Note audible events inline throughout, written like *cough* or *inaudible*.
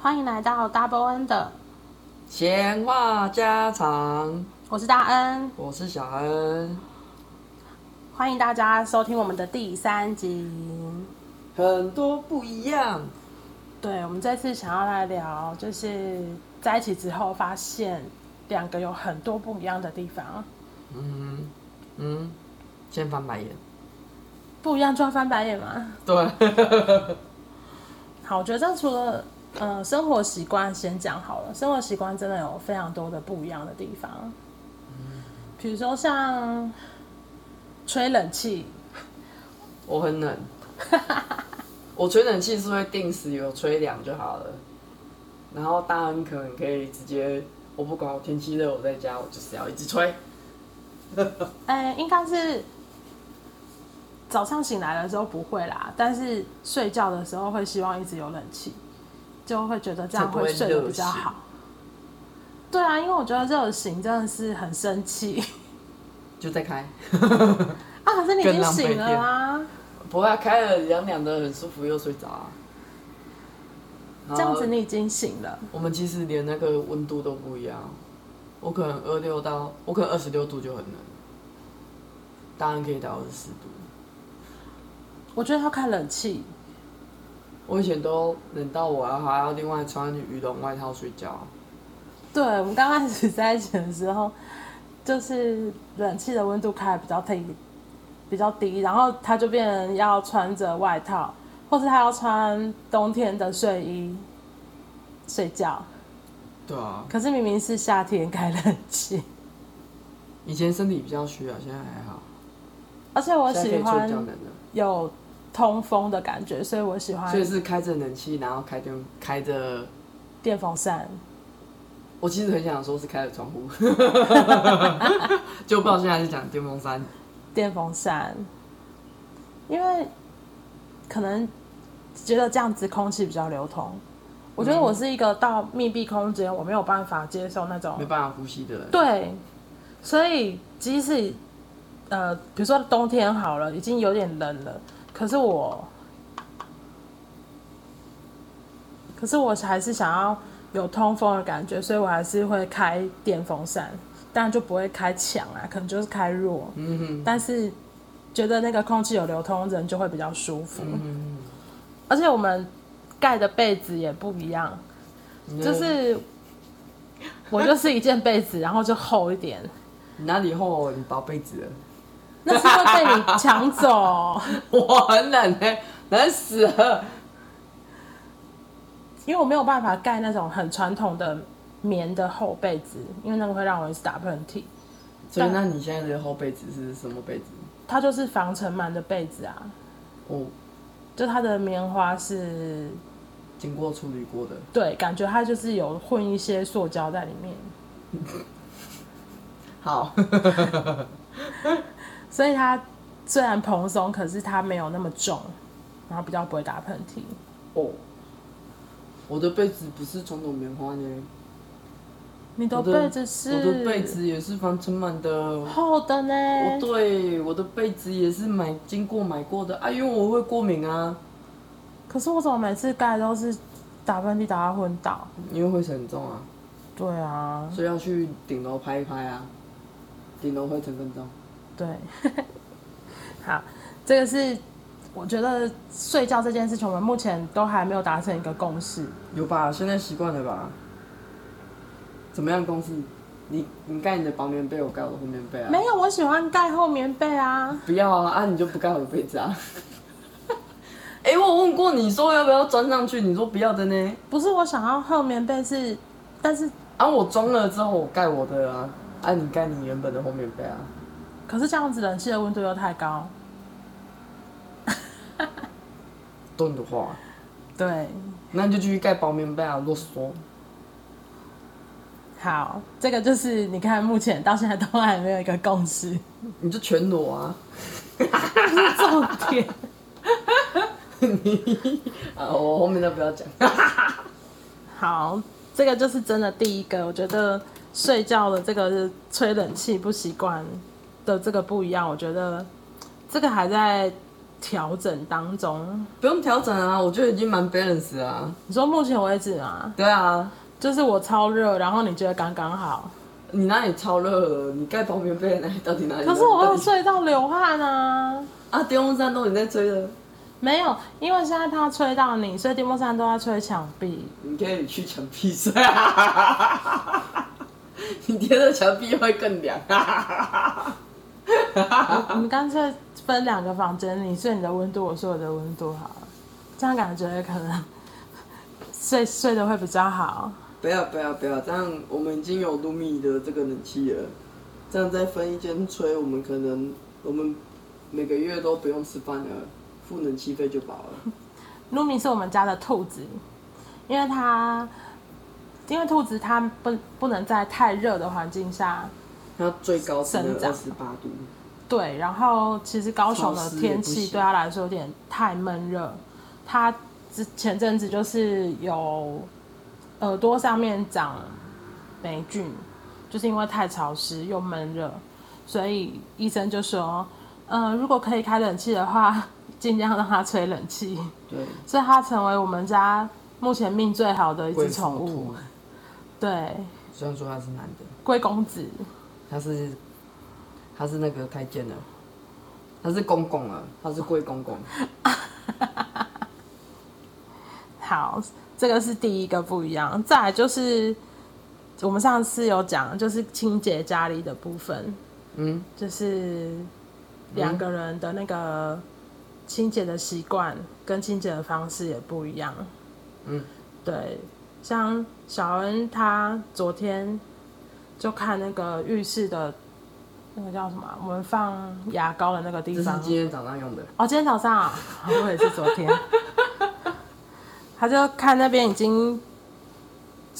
欢迎来到 Double N 的，闲话家常，我是大恩，我是小恩。欢迎大家收听我们的第三集。很多不一样，对我们这次想要来聊，就是在一起之后发现两个有很多不一样的地方，嗯嗯，先翻白眼。不一样就要翻白眼吗？对， *laughs* 好，我觉得除了呃生活习惯先讲好了，生活习惯真的有非常多的不一样的地方，比如说像吹冷气，我很冷，我吹冷气是会定时有吹凉就好了。然后大恩可能可以直接，我不管我天气热，我在家我就是要一直吹。哎，应该是早上醒来的时候不会啦，但是睡觉的时候会希望一直有冷气，就会觉得这样才不会睡得热比较醒好。对啊，因为我觉得热醒真的是很生气就在开，啊！可是你已更经浪费醒了电啦，不会、啊、开了凉凉的，很舒服又睡着啊。这样子好你已经醒了，我们其实连那个温度都不一样，我可能二六到我可能二十六度就很冷，当然可以到二十四度。我觉得要开冷气。我以前都冷到我要还要另外穿羽绒外套睡觉，对我们刚开始在一起的时候，就是冷气的温度开的比较低，比较低，然后他就变成要穿着外套，或是他要穿冬天的睡衣睡觉。对啊，可是明明是夏天开冷气，以前身体比较虚啊，现在还好，而且我现在可喜以吹比较冷欢了，有通风的感觉，所以我喜欢所以是开着冷气，然后开电开着，电风扇。我其实很想说是开着窗户， *laughs* 就不知道现在是讲电风扇，电风扇，因为可能觉得这样子空气比较流通。我觉得我是一个到密闭空间，我没有办法接受那种没办法呼吸的人，对，所以即使呃，比如说冬天好了，已经有点冷了，可是我，可是我还是想要有通风的感觉，所以我还是会开电风扇，当然就不会开强啊，可能就是开弱，嗯哼，但是觉得那个空气有流通，人就会比较舒服。嗯而且我们盖的被子也不一样，哼，就是我就是一件被子，然后就厚一点，你哪里厚、你薄被子了。那是会被你抢走， *laughs* *laughs* 我很冷哎、冷死了。因为我没有办法盖那种很传统的棉的厚被子，因为那个会让我一直打喷嚏。所以，那你现在的厚被子是什么被子？它就是防尘螨的被子啊，我就它的棉花是，经过处理过的，对，感觉它就是有混一些塑胶在里面。好，所以它虽然蓬松，可是它没有那么重，然后比较不会打喷嚏。 *laughs* 哦，我的被子不是传统棉花呢，你的我的被子是我的被子也是防尘螨的。厚的呢，我对我的被子也是买经过买过的啊，因为我会过敏啊，可是我怎么每次盖都是打喷嚏打到昏倒？因为灰尘很重啊，对啊，所以要去顶楼拍一拍啊，顶楼灰尘更重。对， *laughs* 好，这个是我觉得睡觉这件事情，我们目前都还没有达成一个共识。有吧？现在习惯了吧？怎么样，公司？你你盖你的薄棉被，我盖我的厚棉被啊。没有，我喜欢盖厚棉被啊。不要啊啊！你就不盖我的被子啊？ *laughs* 哎、我问过你说要不要装上去，你说不要的呢。不是我想要厚棉被是，但是啊，我装了之后我盖我的啊，啊你盖你原本的厚棉被啊。可是这样子冷气的温度又太高。钝的话，对，那你就继续盖薄棉被啊，啰嗦。好，这个就是你看，目前到现在都还没有一个共识，你就全裸啊！这是重点。 *laughs* 啊，我后面都不要讲。好，这个就是真的第一个，我觉得睡觉的这个吹冷气不习惯的这个不一样，我觉得这个还在调整当中。不用调整啊，我觉得已经蛮 balance 了啊。你说目前为止嘛，对啊，就是我超热，然后你觉得刚刚好，你那里超热了，你盖保棉被的那里到底哪里热？可是我到会底睡到流汗啊。啊，电风扇都你在吹了，没有，因为现在怕吹到你，所以电风扇都在吹墙壁。你可以去墙壁睡啊。 *laughs* 你贴着墙壁会更凉啊！ *laughs* 我们干脆分两个房间，你睡你的温度，我睡我的温度好了，这样感觉可能睡 *laughs* 睡得会比较好。不要不要不要，这样我们已经有卢米的这个冷气了，这样再分一间吹，我们可能我们每个月都不用吃饭了，付冷气费就饱 *laughs* 了。露米是我们家的兔子，因为它因为兔子它不不能在太热的环境下。它最高只能生二长十八度，对，然后其实高雄潮的湿也天不气行对他来说有点太闷热，他之前阵子就是有耳朵上面长霉菌，就是因为太潮湿又闷热，所以医生就说，呃，如果可以开冷气的话，尽量让它吹冷气，对，所以它成为我们家目前命最好的一贵只妇宠物兔。对，虽然说它是男的，龟公子，他是他是那个太监了，他是公公了，他是贵公公。好，这个是第一个不一样。再来就是我们上次有讲，就是清洁家里的部分，嗯，就是两个人的那个清洁的习惯跟清洁的方式也不一样。嗯，对，像小恩他昨天就看那个浴室的那个叫什么啊，我们放牙膏的那个地这是方，啊今天早上用的。哦，今天早上、啊，我也是昨天。他就看那边已经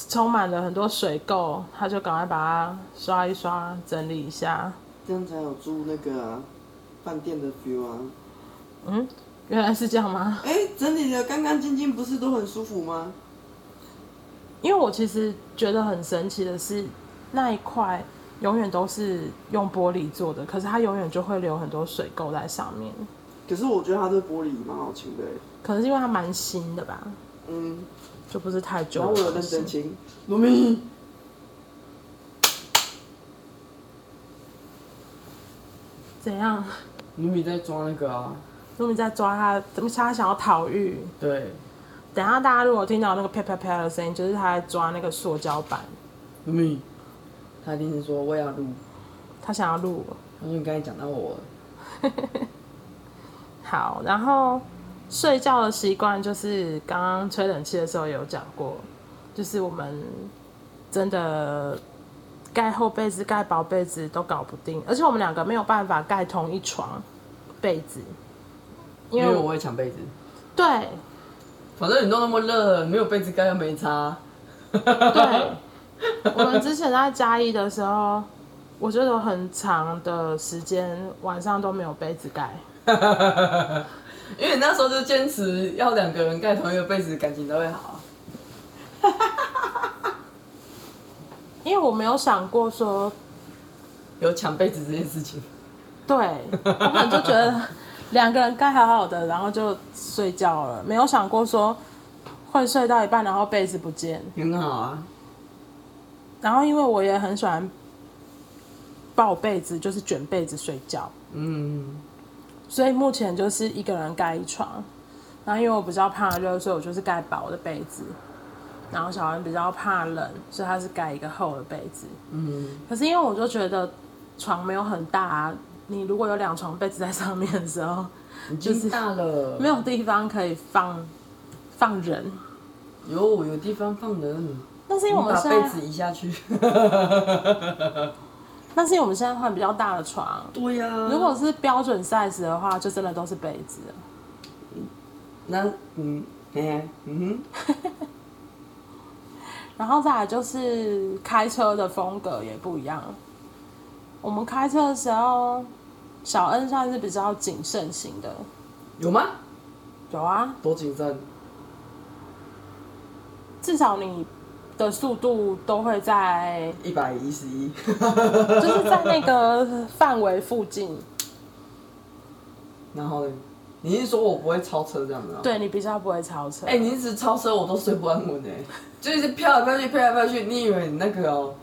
充满了很多水垢，他就赶快把它刷一刷，整理一下。这样才有住那个啊饭、店的 feel 啊！嗯，原来是这样吗？哎、整理的干干净净，不是都很舒服吗？因为我其实觉得很神奇的是，那一块永远都是用玻璃做的，可是它永远就会留很多水垢在上面。可是我觉得它这玻璃蛮好清的、欸，可能是因为它蛮新的吧，嗯，就不是太久然了。后我有认真清。罗密，怎样？卢米在抓那个啊，如果你在抓它，怎么它想要逃狱？对，等一下，大家如果听到那个啪啪啪的声音，就是他在抓那个塑胶板，卢米，他一定是说我要录，他想要录我。他说你刚才讲到我了，好，然后睡觉的习惯就是刚刚吹冷气的时候有讲过，就是我们真的盖厚被子、盖薄被子都搞不定，而且我们两个没有办法盖同一床被子，因因为为我我会抢被子，对反正你都那么热了，没有被子盖又没差。对，我们之前在嘉义的时候，我觉得有很长的时间晚上都没有被子盖。因为你那时候就坚持要两个人盖同一个被子，感情都会好。因为我没有想过说，有抢被子这件事情，对我可能就觉得两个人盖好好的，然后就睡觉了，没有想过说会睡到一半，然后被子不见。很好啊。然后因为我也很喜欢抱被子，就是卷被子睡觉，嗯，所以目前就是一个人盖一床。然后因为我比较怕热，所以我就是盖薄的被子。然后小文比较怕冷，所以他是盖一个厚的被子。嗯，可是因为我就觉得床没有很大、啊，你如果有两床被子在上面的时候，已经大了，没有地方可以放放人。有有地方放人，但是因为我我们把现被在，子移下去。但是因为我们现在换比较大的床，对啊呀、如果是标准 size 的话，就真的都是被子了。那嗯，哎、嗯哼，然后再来就是开车的风格也不一样。我们开车的时候，小恩算是比较谨慎型的，有吗？有啊，多谨慎，至少你的速度都会在一百一十一， *laughs* 就是在那个范围附近，然后呢？你是说我不会超车这样的、啊？对你比较不会超车。哎、你一直超车，我都睡不安稳哎、就是飘来飘去，飘来飘去。你以为你那个哦，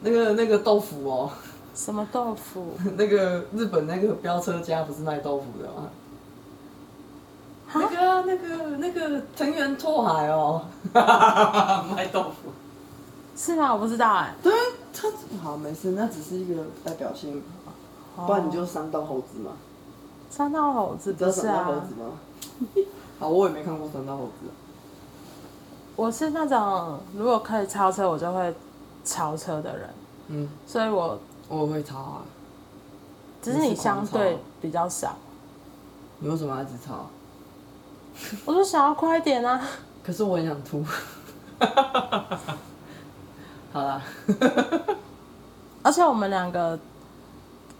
那个那个豆腐哦，什么豆腐？ *laughs* 那个日本那个飙车家不是卖豆腐的吗？那个啊，那个那个藤原拓海哦， *laughs* 卖豆腐。是吗？我不知道哎、对，啊他好没事，那只是一个代表性，哦不然你就伤到猴子嘛。三道猴子你知不道是伤到猴啊子？吗？ *laughs* 好，我也没看过伤到猴子。我是那种如果可以超车，我就会超车的人，嗯，所以我我也会超啊。只是你你是相狂对超比较少。你为什么要一直啊超？我就想要快一点啊！可是我很想吐。 *laughs* 好啦，而且我们两个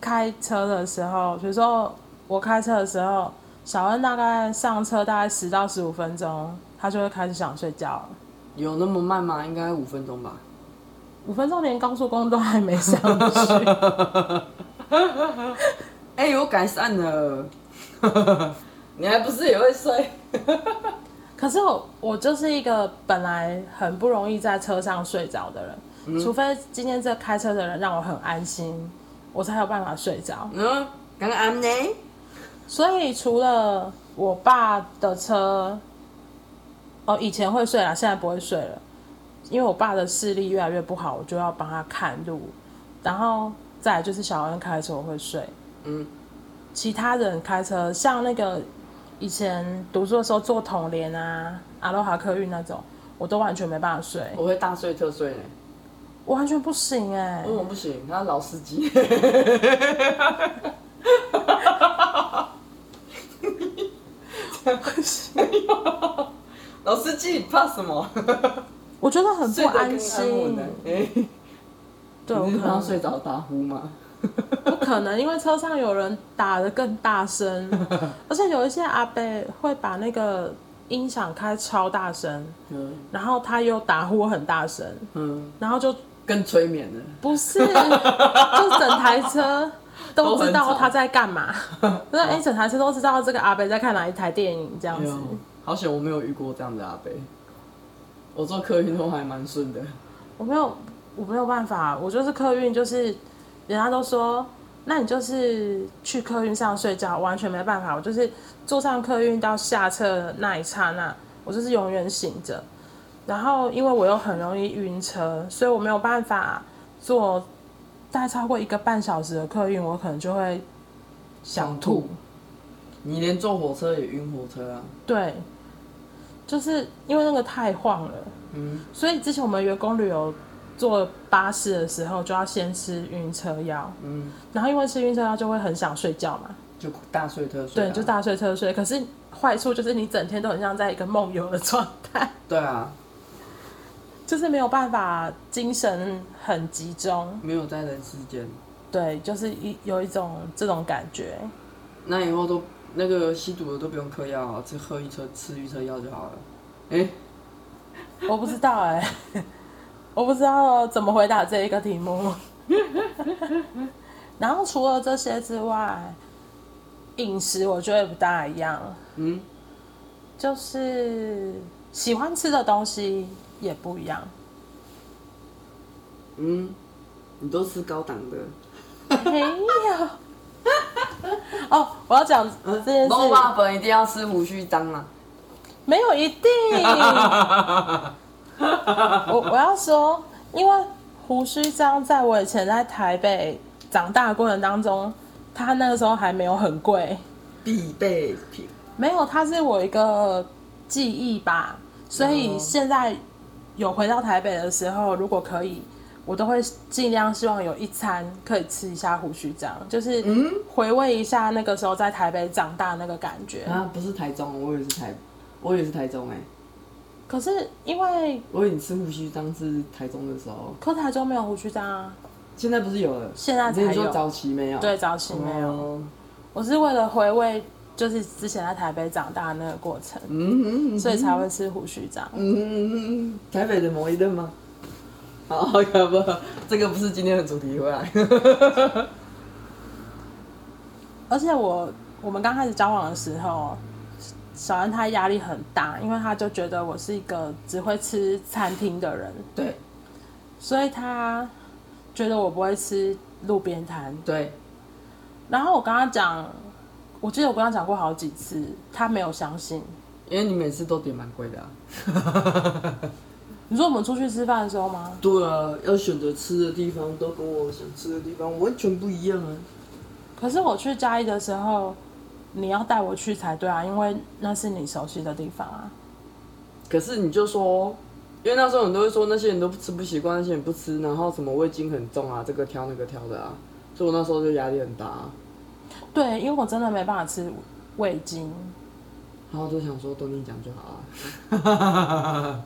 开车的时候，比如说我开车的时候，小恩大概上车大概十到十五分钟，他就会开始想睡觉了。有那么慢吗？应该五分钟吧。五分钟连高速公路都还没上去， *laughs* 哎、有改善 *laughs* 了。你还不是也会睡？可是我我就是一个本来很不容易在车上睡着的人，除非今天这开车的人让我很安心，我才有办法睡着。嗯，刚安呢？所以除了我爸的车，哦，以前会睡啦，现在不会睡了，因为我爸的视力越来越不好，我就要帮他看路，然后再来就是小恩开车我会睡，嗯，其他人开车像那个以前读书的时候坐统联啊、阿罗哈客运那种，我都完全没办法睡，我会大睡特睡呢。我完全不行哎、为什么哦不行？他老司机。 *laughs* 老司机，你怕什么？我觉得很睡不得更安稳心呢。哎对，我你可是怕能睡着打呼吗？不可能，因为车上有人打得更大 *laughs* 声，而且有一些阿伯会把那个音响开超大声，嗯然后他又打呼很大声，嗯，然后就更催眠了。不 *laughs* 是，就整台车都知都很道吵他在干嘛，那 *laughs* 哎、整台车都知道这个阿伯在看哪一台电影这样哎子呦，，好险我没有遇过这样的阿伯。我做客运都还蛮顺的。我没有，我没有办法，我就是客运，就是人家都说，那你就是去客运上睡觉，完全没办法。我就是坐上客运到下车的那一刹那，我就是永远醒着。然后因为我又很容易晕车，所以我没有办法坐大概超过一个半小时的客运，我可能就会想吐。你连坐火车也晕火车啊？对，就是因为那个太晃了。嗯，所以之前我们员工旅游坐巴士的时候，就要先吃晕车药，嗯，然后因为吃晕车药就会很想睡觉嘛，就大睡特睡、啊对，就。大睡特睡。可是坏处就是你整天都很像在一个梦游的状态， *laughs* 对啊，就是没有办法精神很集中，没有在人世间。对，就是一有一种这种感觉。那以后都那个吸毒的都不用嗑药啊，只喝一车吃一车药就好了。哎、我不知道哎、 *laughs* 我不知道怎么回答这一个题目。 *laughs* 然后除了这些之外，饮食我觉得不大一样，嗯，就是喜欢吃的东西也不一样。嗯，你都吃高档的，没有。 *laughs* 哦，我要讲这 *laughs* 件事，肉霸粉一定要吃胡须章啊。没有一定。我我要说，因为胡须章在我以前在台北长大的过程当中，它那个时候还没有很贵，必备品，没有，它是我一个记忆吧。所以现在有回到台北的时候，如果可以，我都会尽量希望有一餐可以吃一下胡须章，就是回味一下那个时候在台北长大那个感觉。啊，不是台中，我以为是台，我以为是台中哎、可是因为我以为你吃胡须章是台中的时候，科台中没有胡须章啊，现在不是有了？现在才你说有早期没有？对，早期没有。哦。我是为了回味，就是之前在台北长大的那个过程，嗯嗯所以才会吃胡须章。嗯嗯，台北的某一顿吗？好，好不好？这个不是今天的主题回来。而且我我们刚开始交往的时候，小恩他压力很大，因为他就觉得我是一个只会吃餐厅的人，对所以他觉得我不会吃路边摊。对，然后我跟他讲，我记得我跟他讲过好几次，他没有相信。因为你每次都点蛮贵的、啊。你说我们出去吃饭的时候吗？对啊，要选择吃的地方都跟我想吃的地方完全不一样啊。可是我去嘉义的时候，你要带我去才对啊，因为那是你熟悉的地方啊。可是你就说，因为那时候很多人都会说那些人都吃不习惯，那些人不吃，然后什么味精很重啊，这个挑那个挑的啊，所以我那时候就压力很大、啊，对，因为我真的没办法吃味精，然后就想说都你讲就好啊，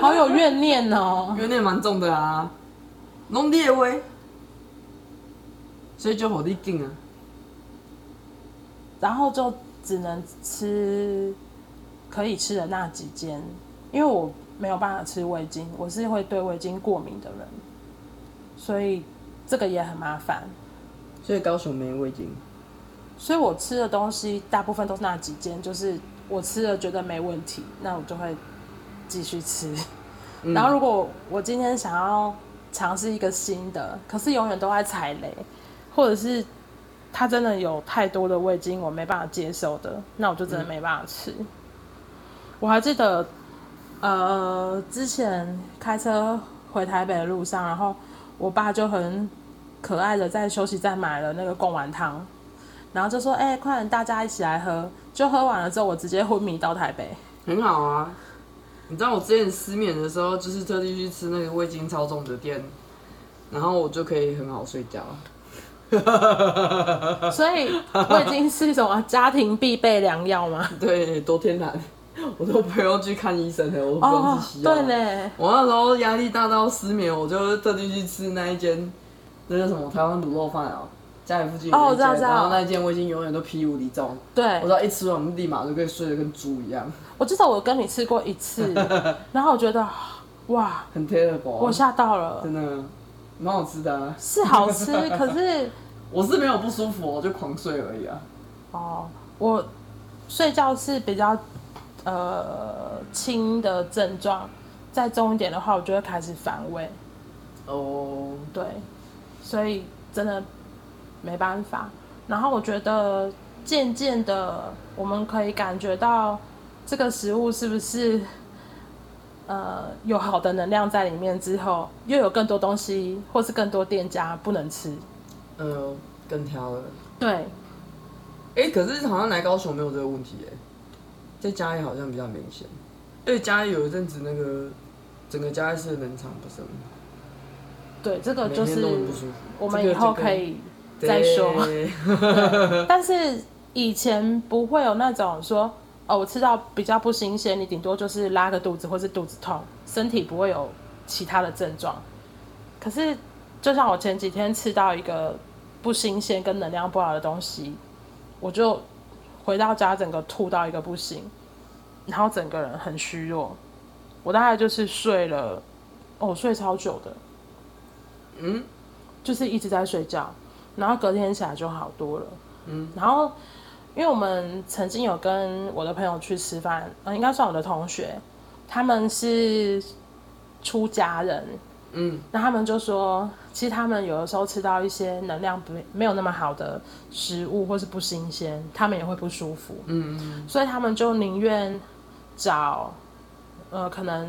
好有怨念哦。怨念蛮重的啊，弄列威，所以就火力劲啊，然后就只能吃可以吃的那几间，因为我没有办法吃味精，我是会对味精过敏的人，所以这个也很麻烦。所以高雄没味精，所以我吃的东西大部分都是那几间，就是我吃了觉得没问题，那我就会继续吃。然后如果我今天想要尝试一个新的，可是永远都在踩雷，或者是它真的有太多的味精我没办法接受的，那我就真的没办法吃。我还记得，呃，之前开车回台北的路上，然后我爸就很可爱的在休息站买了那个贡丸汤。然后就说：“哎、快点，大家一起来喝。”就喝完了之后，我直接昏迷到台北。很好啊。你知道我之前失眠的时候，就是特地去吃那个味精超重的店，然后我就可以很好睡觉。所以味精是什么家庭必备良药 *laughs* 吗？对，多天然，我都不用去看医生了，我不用哦去，西药。对呢，我那时候压力大到失眠，我就特地去吃那一间，那叫什么台湾卤肉饭哦，家里附近有一哦我知道间知道然后那一间我已经永远都屁无敌重，对我知，道一吃完我们立马就可以睡得跟猪一样，我记得我跟你吃过一次， *laughs* 然后我觉得哇，很 terrible 啊。我吓到了，真的蛮好吃的啊、是好吃，可 *laughs* 是我是没有不舒服，我就狂睡而已啊。哦，我睡觉是比较呃轻的症状，再重一点的话，我就会开始反胃。哦，对，所以真的没办法。然后我觉得渐渐的，我们可以感觉到这个食物是不是呃有好的能量在里面之后，又有更多东西或是更多店家不能吃。呃，更挑了。对，哎、可是好像来高雄没有这个问题哎、在嘉义好像比较明显。对，嘉义有一阵子那个整个嘉义市的冷场不是很好，对，这个每就天是都很不舒服。我们这以个后这个可以再说。 *laughs* 对但是以前不会有那种说，哦，我吃到比较不新鲜，你顶多就是拉个肚子或是肚子痛，身体不会有其他的症状。可是，就像我前几天吃到一个不新鲜跟能量不好的东西，我就回到家整个吐到一个不行，然后整个人很虚弱。我大概就是睡了，哦，我睡超久的，嗯，就是一直在睡觉，然后隔天起来就好多了。嗯，然后因为我们曾经有跟我的朋友去吃饭，呃，应该算我的同学，他们是出家人，嗯，那他们就说，其实他们有的时候吃到一些能量不没有那么好的食物或是不新鲜，他们也会不舒服。嗯嗯所以他们就宁愿找呃可能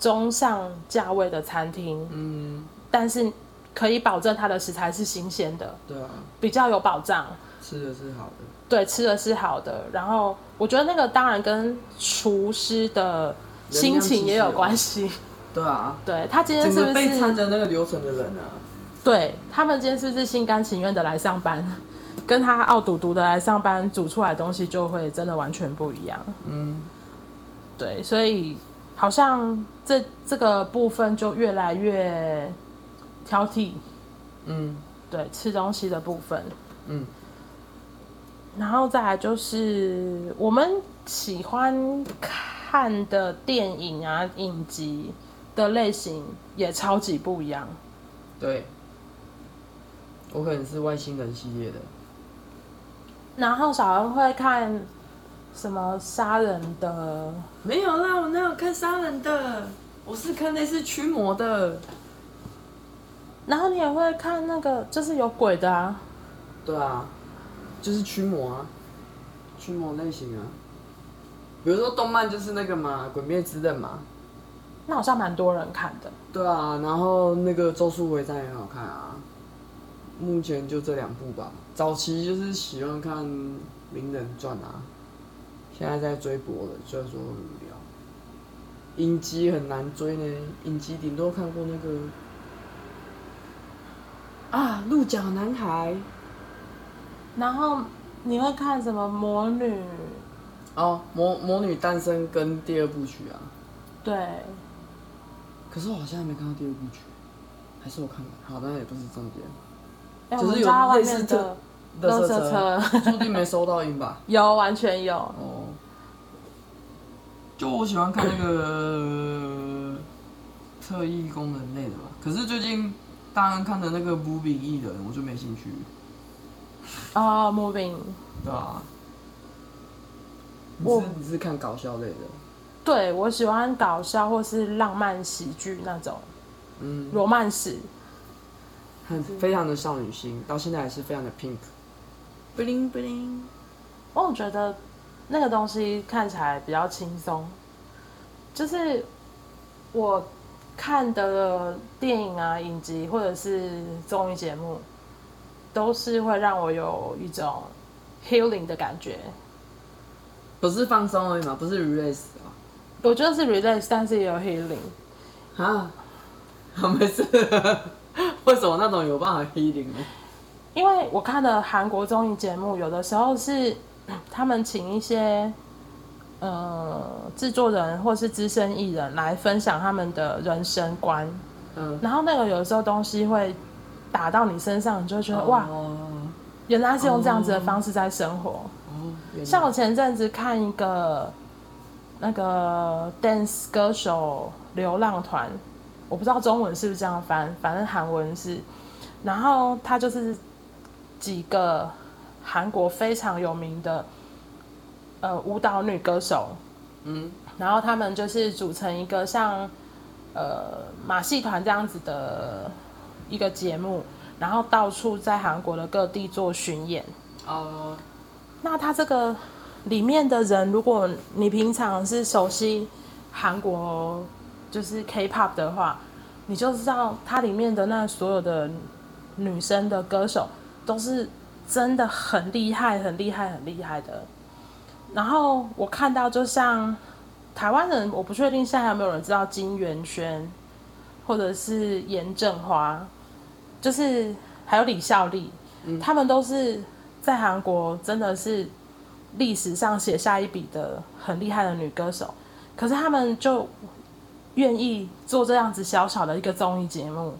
中上价位的餐厅，嗯，但是可以保证它的食材是新鲜的，对啊，比较有保障。吃的是好的，对，吃的是好的。然后我觉得那个当然跟厨师的心情也有关系。对啊，对他今天整是个不备餐是的那个流程的人啊，对他们今天是不是心甘情愿的来上班，跟他傲嘟嘟的来上班煮出来的东西就会真的完全不一样。嗯，对，所以好像这这个部分就越来越挑剔，嗯对吃东西的部分，嗯，然后再来就是我们喜欢看的电影啊、影集的类型也超级不一样。对，我可能是外星人系列的，然后小恩会看什么杀人的，没有啦，我哪有看杀人的？我是看类似驱魔的。然后你也会看那个就是有鬼的啊。对啊，就是驱魔啊，驱魔类型啊。比如说动漫就是那个嘛，《鬼灭之刃》嘛。那好像蛮多人看的。对啊，然后那个《咒术回战》也很好看啊。目前就这两部吧，早期就是喜欢看《名人传》啊，现在在追博了，虽然说很无聊。影集很难追呢，影集顶多看过那个啊，《鹿角男孩》然后你会看什么魔女？哦，《魔魔女诞生》跟第二部曲啊，对，哎可是我好像还没看到第二部曲，还是我看了，好，但也不是重点。哎，就是我们有家外类似面这的垃垃圾圾车，注定没收到音吧？有，完全有。哦，就我喜欢看那个特异功能类的吧，可是最近大安看的那个《不比艺人》，我就没兴趣，哦，Moving，对啊。你我是你是看搞笑类的，对我喜欢搞笑或是浪漫喜剧那种嗯，罗曼史。很非常的少女心，到现在还是非常的 pink。bling bling，我总觉得那个东西看起来比较轻松，就是我看的电影啊、影集或者是综艺节目，都是会让我有一种 healing 的感觉。不是放松而已嘛，不是 release 啊。我觉得是 relax，但是也有 healing。 *laughs* 啊，好没事。为什么那种有办法 healing 呢？因为我看的韩国综艺节目，有的时候是 *clears throat* 嗯他们请一些呃制作人或是资深艺人来分享他们的人生观，嗯，然后那个有的时候东西会打到你身上，你就会觉得、哇，哦，原来是用这样子的方式在生活。哦原来像我前阵子看一个那个 dance 歌手流浪团，我不知道中文是不是这样翻，反正韩文是。然后他就是几个韩国非常有名的呃舞蹈女歌手，嗯，然后他们就是组成一个像呃马戏团这样子的一个节目，然后到处在韩国的各地做巡演。哦，那它这个里面的人，如果你平常是熟悉韩国就是 K-pop 的话，你就知道它里面的那所有的女生的歌手都是真的很厉害、很厉害、很厉害的。然后我看到，就像台湾人，我不确定现在有没有人知道金元萱，或者是严正华，就是还有李孝利，他们都是在韩国真的是历史上写下一笔的很厉害的女歌手，可是他们就愿意做这样子小小的一个综艺节目，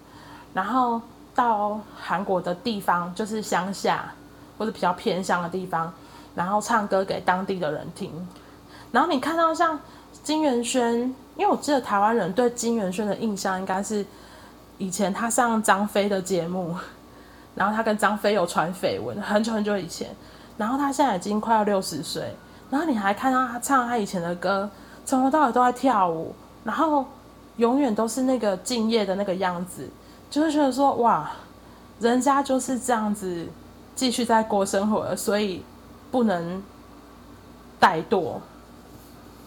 然后到韩国的地方，就是乡下或者比较偏乡的地方，然后唱歌给当地的人听。然后你看到像金元萱，因为我记得台湾人对金元萱的印象应该是以前她上张飞的节目，然后她跟张飞有传绯闻，很久很久以前。然后她现在已经快要六十岁，然后你还看到她唱她以前的歌，从头到尾都在跳舞，然后永远都是那个敬业的那个样子，就是觉得说哇，人家就是这样子继续在过生活了，所以不能怠惰。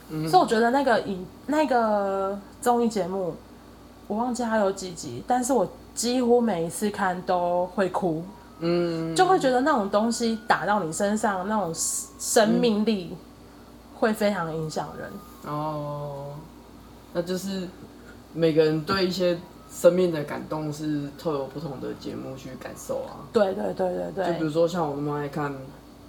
嗯所以我觉得那个影那个综艺节目，我忘记它有几集，但是我几乎每一次看都会哭，嗯，就会觉得那种东西打到你身上，那种生嗯命力会非常影响人。哦，那就是每个人对一些生命的感动是透过不同的节目去感受啊。对对对对就比如对，说像我那么爱看《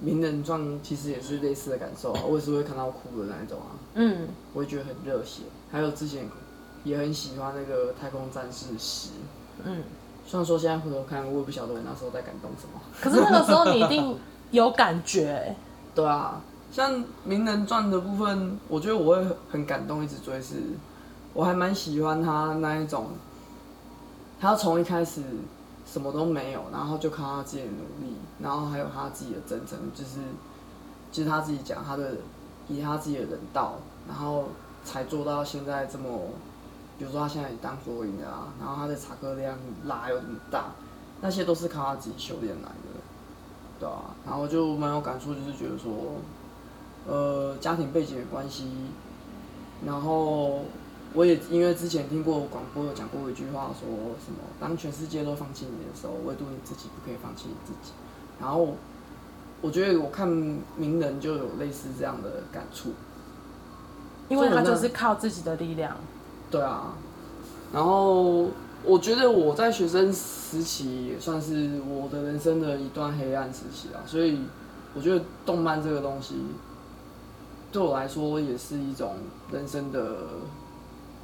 名人传》，其实也是类似的感受啊，我也是会看到哭的那一种啊，嗯，我也觉得很热血。还有之前也很喜欢那个《太空战士十》，嗯，虽然说现在回头看，我也不晓得我那时候在感动什么。可是那个时候你一定有感觉、对啊，像《名人传》的部分，我觉得我会很感动，一直追是，我还蛮喜欢他那一种，他从一开始什么都没有，然后就靠他自己的努力，然后还有他自己的真诚，就是就是他自己讲他的以他自己的人道，然后才做到现在这么，比如说他现在也当火影的啊，然后他的查克量拉又这么大，那些都是靠他自己修炼来的，对啊，然后就蛮有感触，就是觉得说，呃，家庭背景的关系，然后我也因为之前听过广播有讲过一句话，说什么当全世界都放弃你的时候，唯独你自己不可以放弃你自己。然后我觉得我看名人就有类似这样的感触，因为做他人呢就是靠自己的力量。 *laughs* 对啊。然后我觉得我在学生时期也算是我的人生的一段黑暗时期啊，所以我觉得动漫这个东西对我来说也是一种人生的，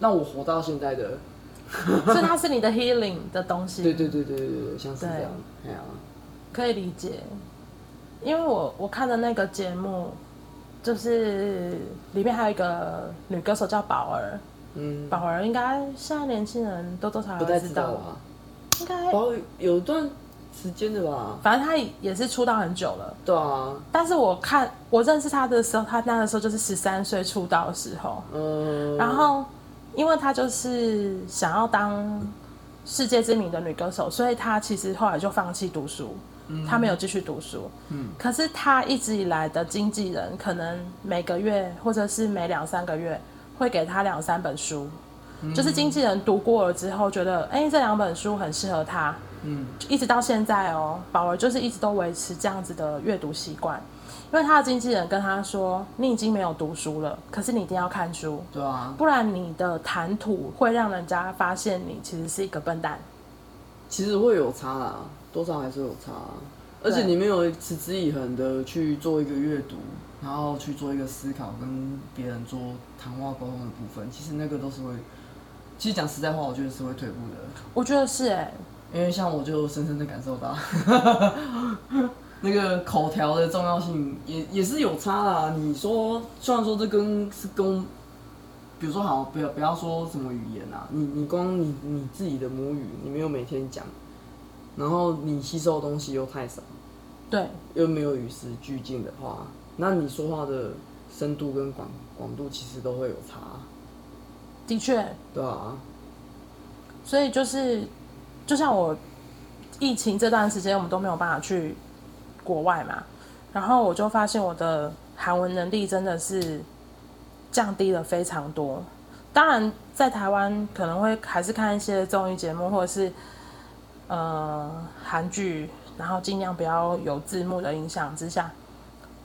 让我活到现在的所以它是你的 healing 的东西，对对对对对对，像是对这样，哎呀、可以理解。因为我我看的那个节目，就是里面还有一个女歌手叫宝儿，嗯，宝儿应该现在年轻人多多少不少太会知道道，啊，应该包有一段时间的吧，反正她也是出道很久了。对啊，但是我看我认识她的时候，她那个时候就是十三岁出道的时候，嗯，然后，因为她就是想要当世界知名的女歌手，所以她其实后来就放弃读书，她没有继续读书。嗯，可是她一直以来的经纪人可能每个月或者是每两三个月会给她两三本书，就是经纪人读过了之后觉得，哎、这两本书很适合她，嗯一直到现在哦，宝儿就是一直都维持这样子的阅读习惯。因为她的经纪人跟她说：“你已经没有读书了，可是你一定要看书。”对啊，不然你的谈吐会让人家发现你其实是一个笨蛋。其实会有差啦，多少还是有差啊、而且对你没有持之以恒的去做一个阅读，然后去做一个思考，跟别人做谈话沟通的部分，其实那个都是会，其实讲实在话，我觉得是会退步的，我觉得是哎、因为像我就深深的感受到， *laughs* 那个口条的重要性也也是有差啦。你说，虽然说这跟是跟，比如说好，不要不要说什么语言啊，你你光你你自己的母语，你没有每天讲，然后你吸收的东西又太少，对，又没有与时俱进的话，那你说话的深度跟广广度其实都会有差，的确，对啊，所以就是，就像我疫情这段时间，我们都没有办法去国外嘛，然后我就发现我的韩文能力真的是降低了非常多。当然，在台湾可能会还是看一些综艺节目或者是呃韩剧，然后尽量不要有字幕的影响之下，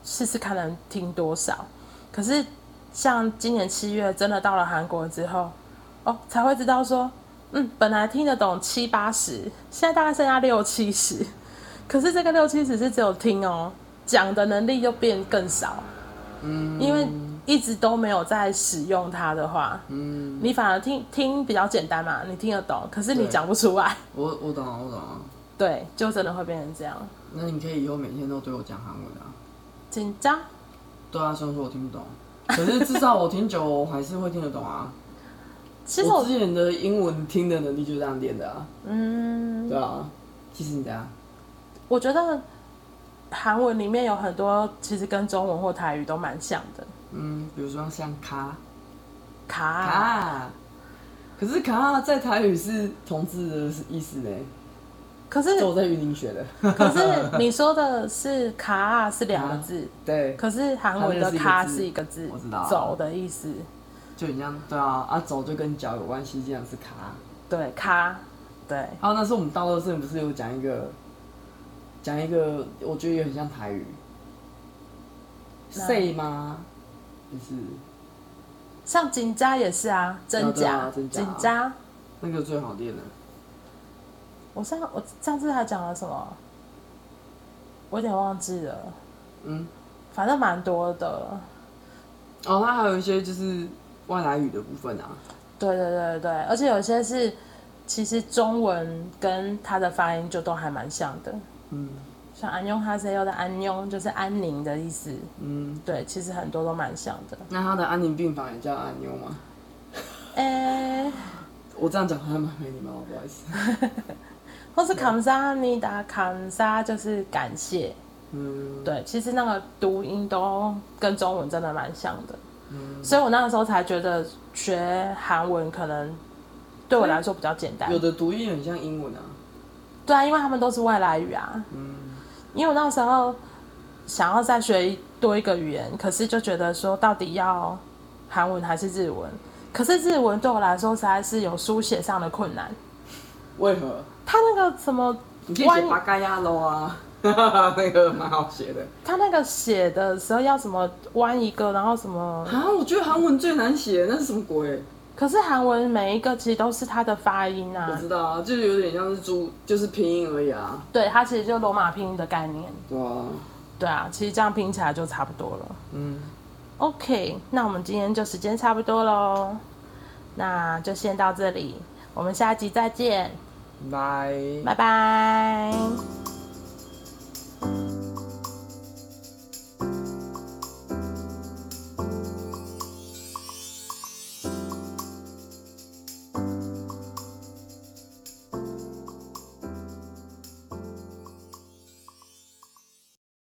试试看能听多少。可是像今年七月真的到了韩国之后，哦，才会知道说，嗯，本来听得懂七八十，现在大概剩下六七十。可是这个六七十是只有听哦，讲的能力又变更少。嗯，因为一直都没有在使用它的话，嗯，你反而听听比较简单嘛，你听得懂，可是你对讲不出来，我我懂啊，我懂啊，对，就真的会变成这样，那你可以以后每天都对我讲韩文啊。紧张。对啊，虽然说我听不懂，可是至少我听久，我还是会听得懂啊。其实我我之前的英文听的能力就这样练的啊，嗯，对啊。其实你的啊，我觉得韩文里面有很多其实跟中文或台语都蛮像的，嗯，比如说像卡卡、啊卡，可是卡在台语是同志的意思呢，可是这我在云林学的。可是你说的是卡啊是两个字，对，可是韩文的卡是一个字，我知道啊走的意思。就很像，对啊，啊走就跟脚有关系，这样是卡。对，卡，对，还有那时候我们大乐社不是有讲一个，讲一个，我觉得也很像台语那，say 吗？就是。像锦家也是啊，真对假啊，真假锦家。那个最好练了。我上我上次还讲了什么，我有点忘记了，嗯，反正蛮多的。哦，它还有一些就是外来语的部分啊。对对对对，而且有些是其实中文跟它的发音就都还蛮像的，嗯像安庸哈塞又的安庸就是安宁的意思。嗯，对，其实很多都蛮像的。那它的安宁病房也叫安妞吗？哎、我这样讲好像蛮没礼貌，不好意思。或是感萨尼达感萨就是感谢，嗯，对，其实那个读音都跟中文真的蛮像的，嗯所以我那个时候才觉得学韩文可能对我来说比较简单有。的读音很像英文啊，对啊，因为他们都是外来语啊。嗯，因为我那时候想要再学多一个语言，可是就觉得说到底要韩文还是日文？可是日文对我来说实在是有书写上的困难，为何？它那个什么你可以弯写八嘎呀喽啊， *laughs* 那个蛮好写的他那个写的时候要什么弯一个，然后什么，啊。我觉得韩文最难写，那是什么鬼？可是韩文每一个其实都是它的发音我啊知，道啊，就是有点像是猪，就是拼音而已啊。对，它其实就罗马拼音的概念，对啊，对啊，其实这样拼起来就差不多了。嗯， OK，那我们今天就时间差不多喽，那就先到这里，我们下集再见，拜。拜拜。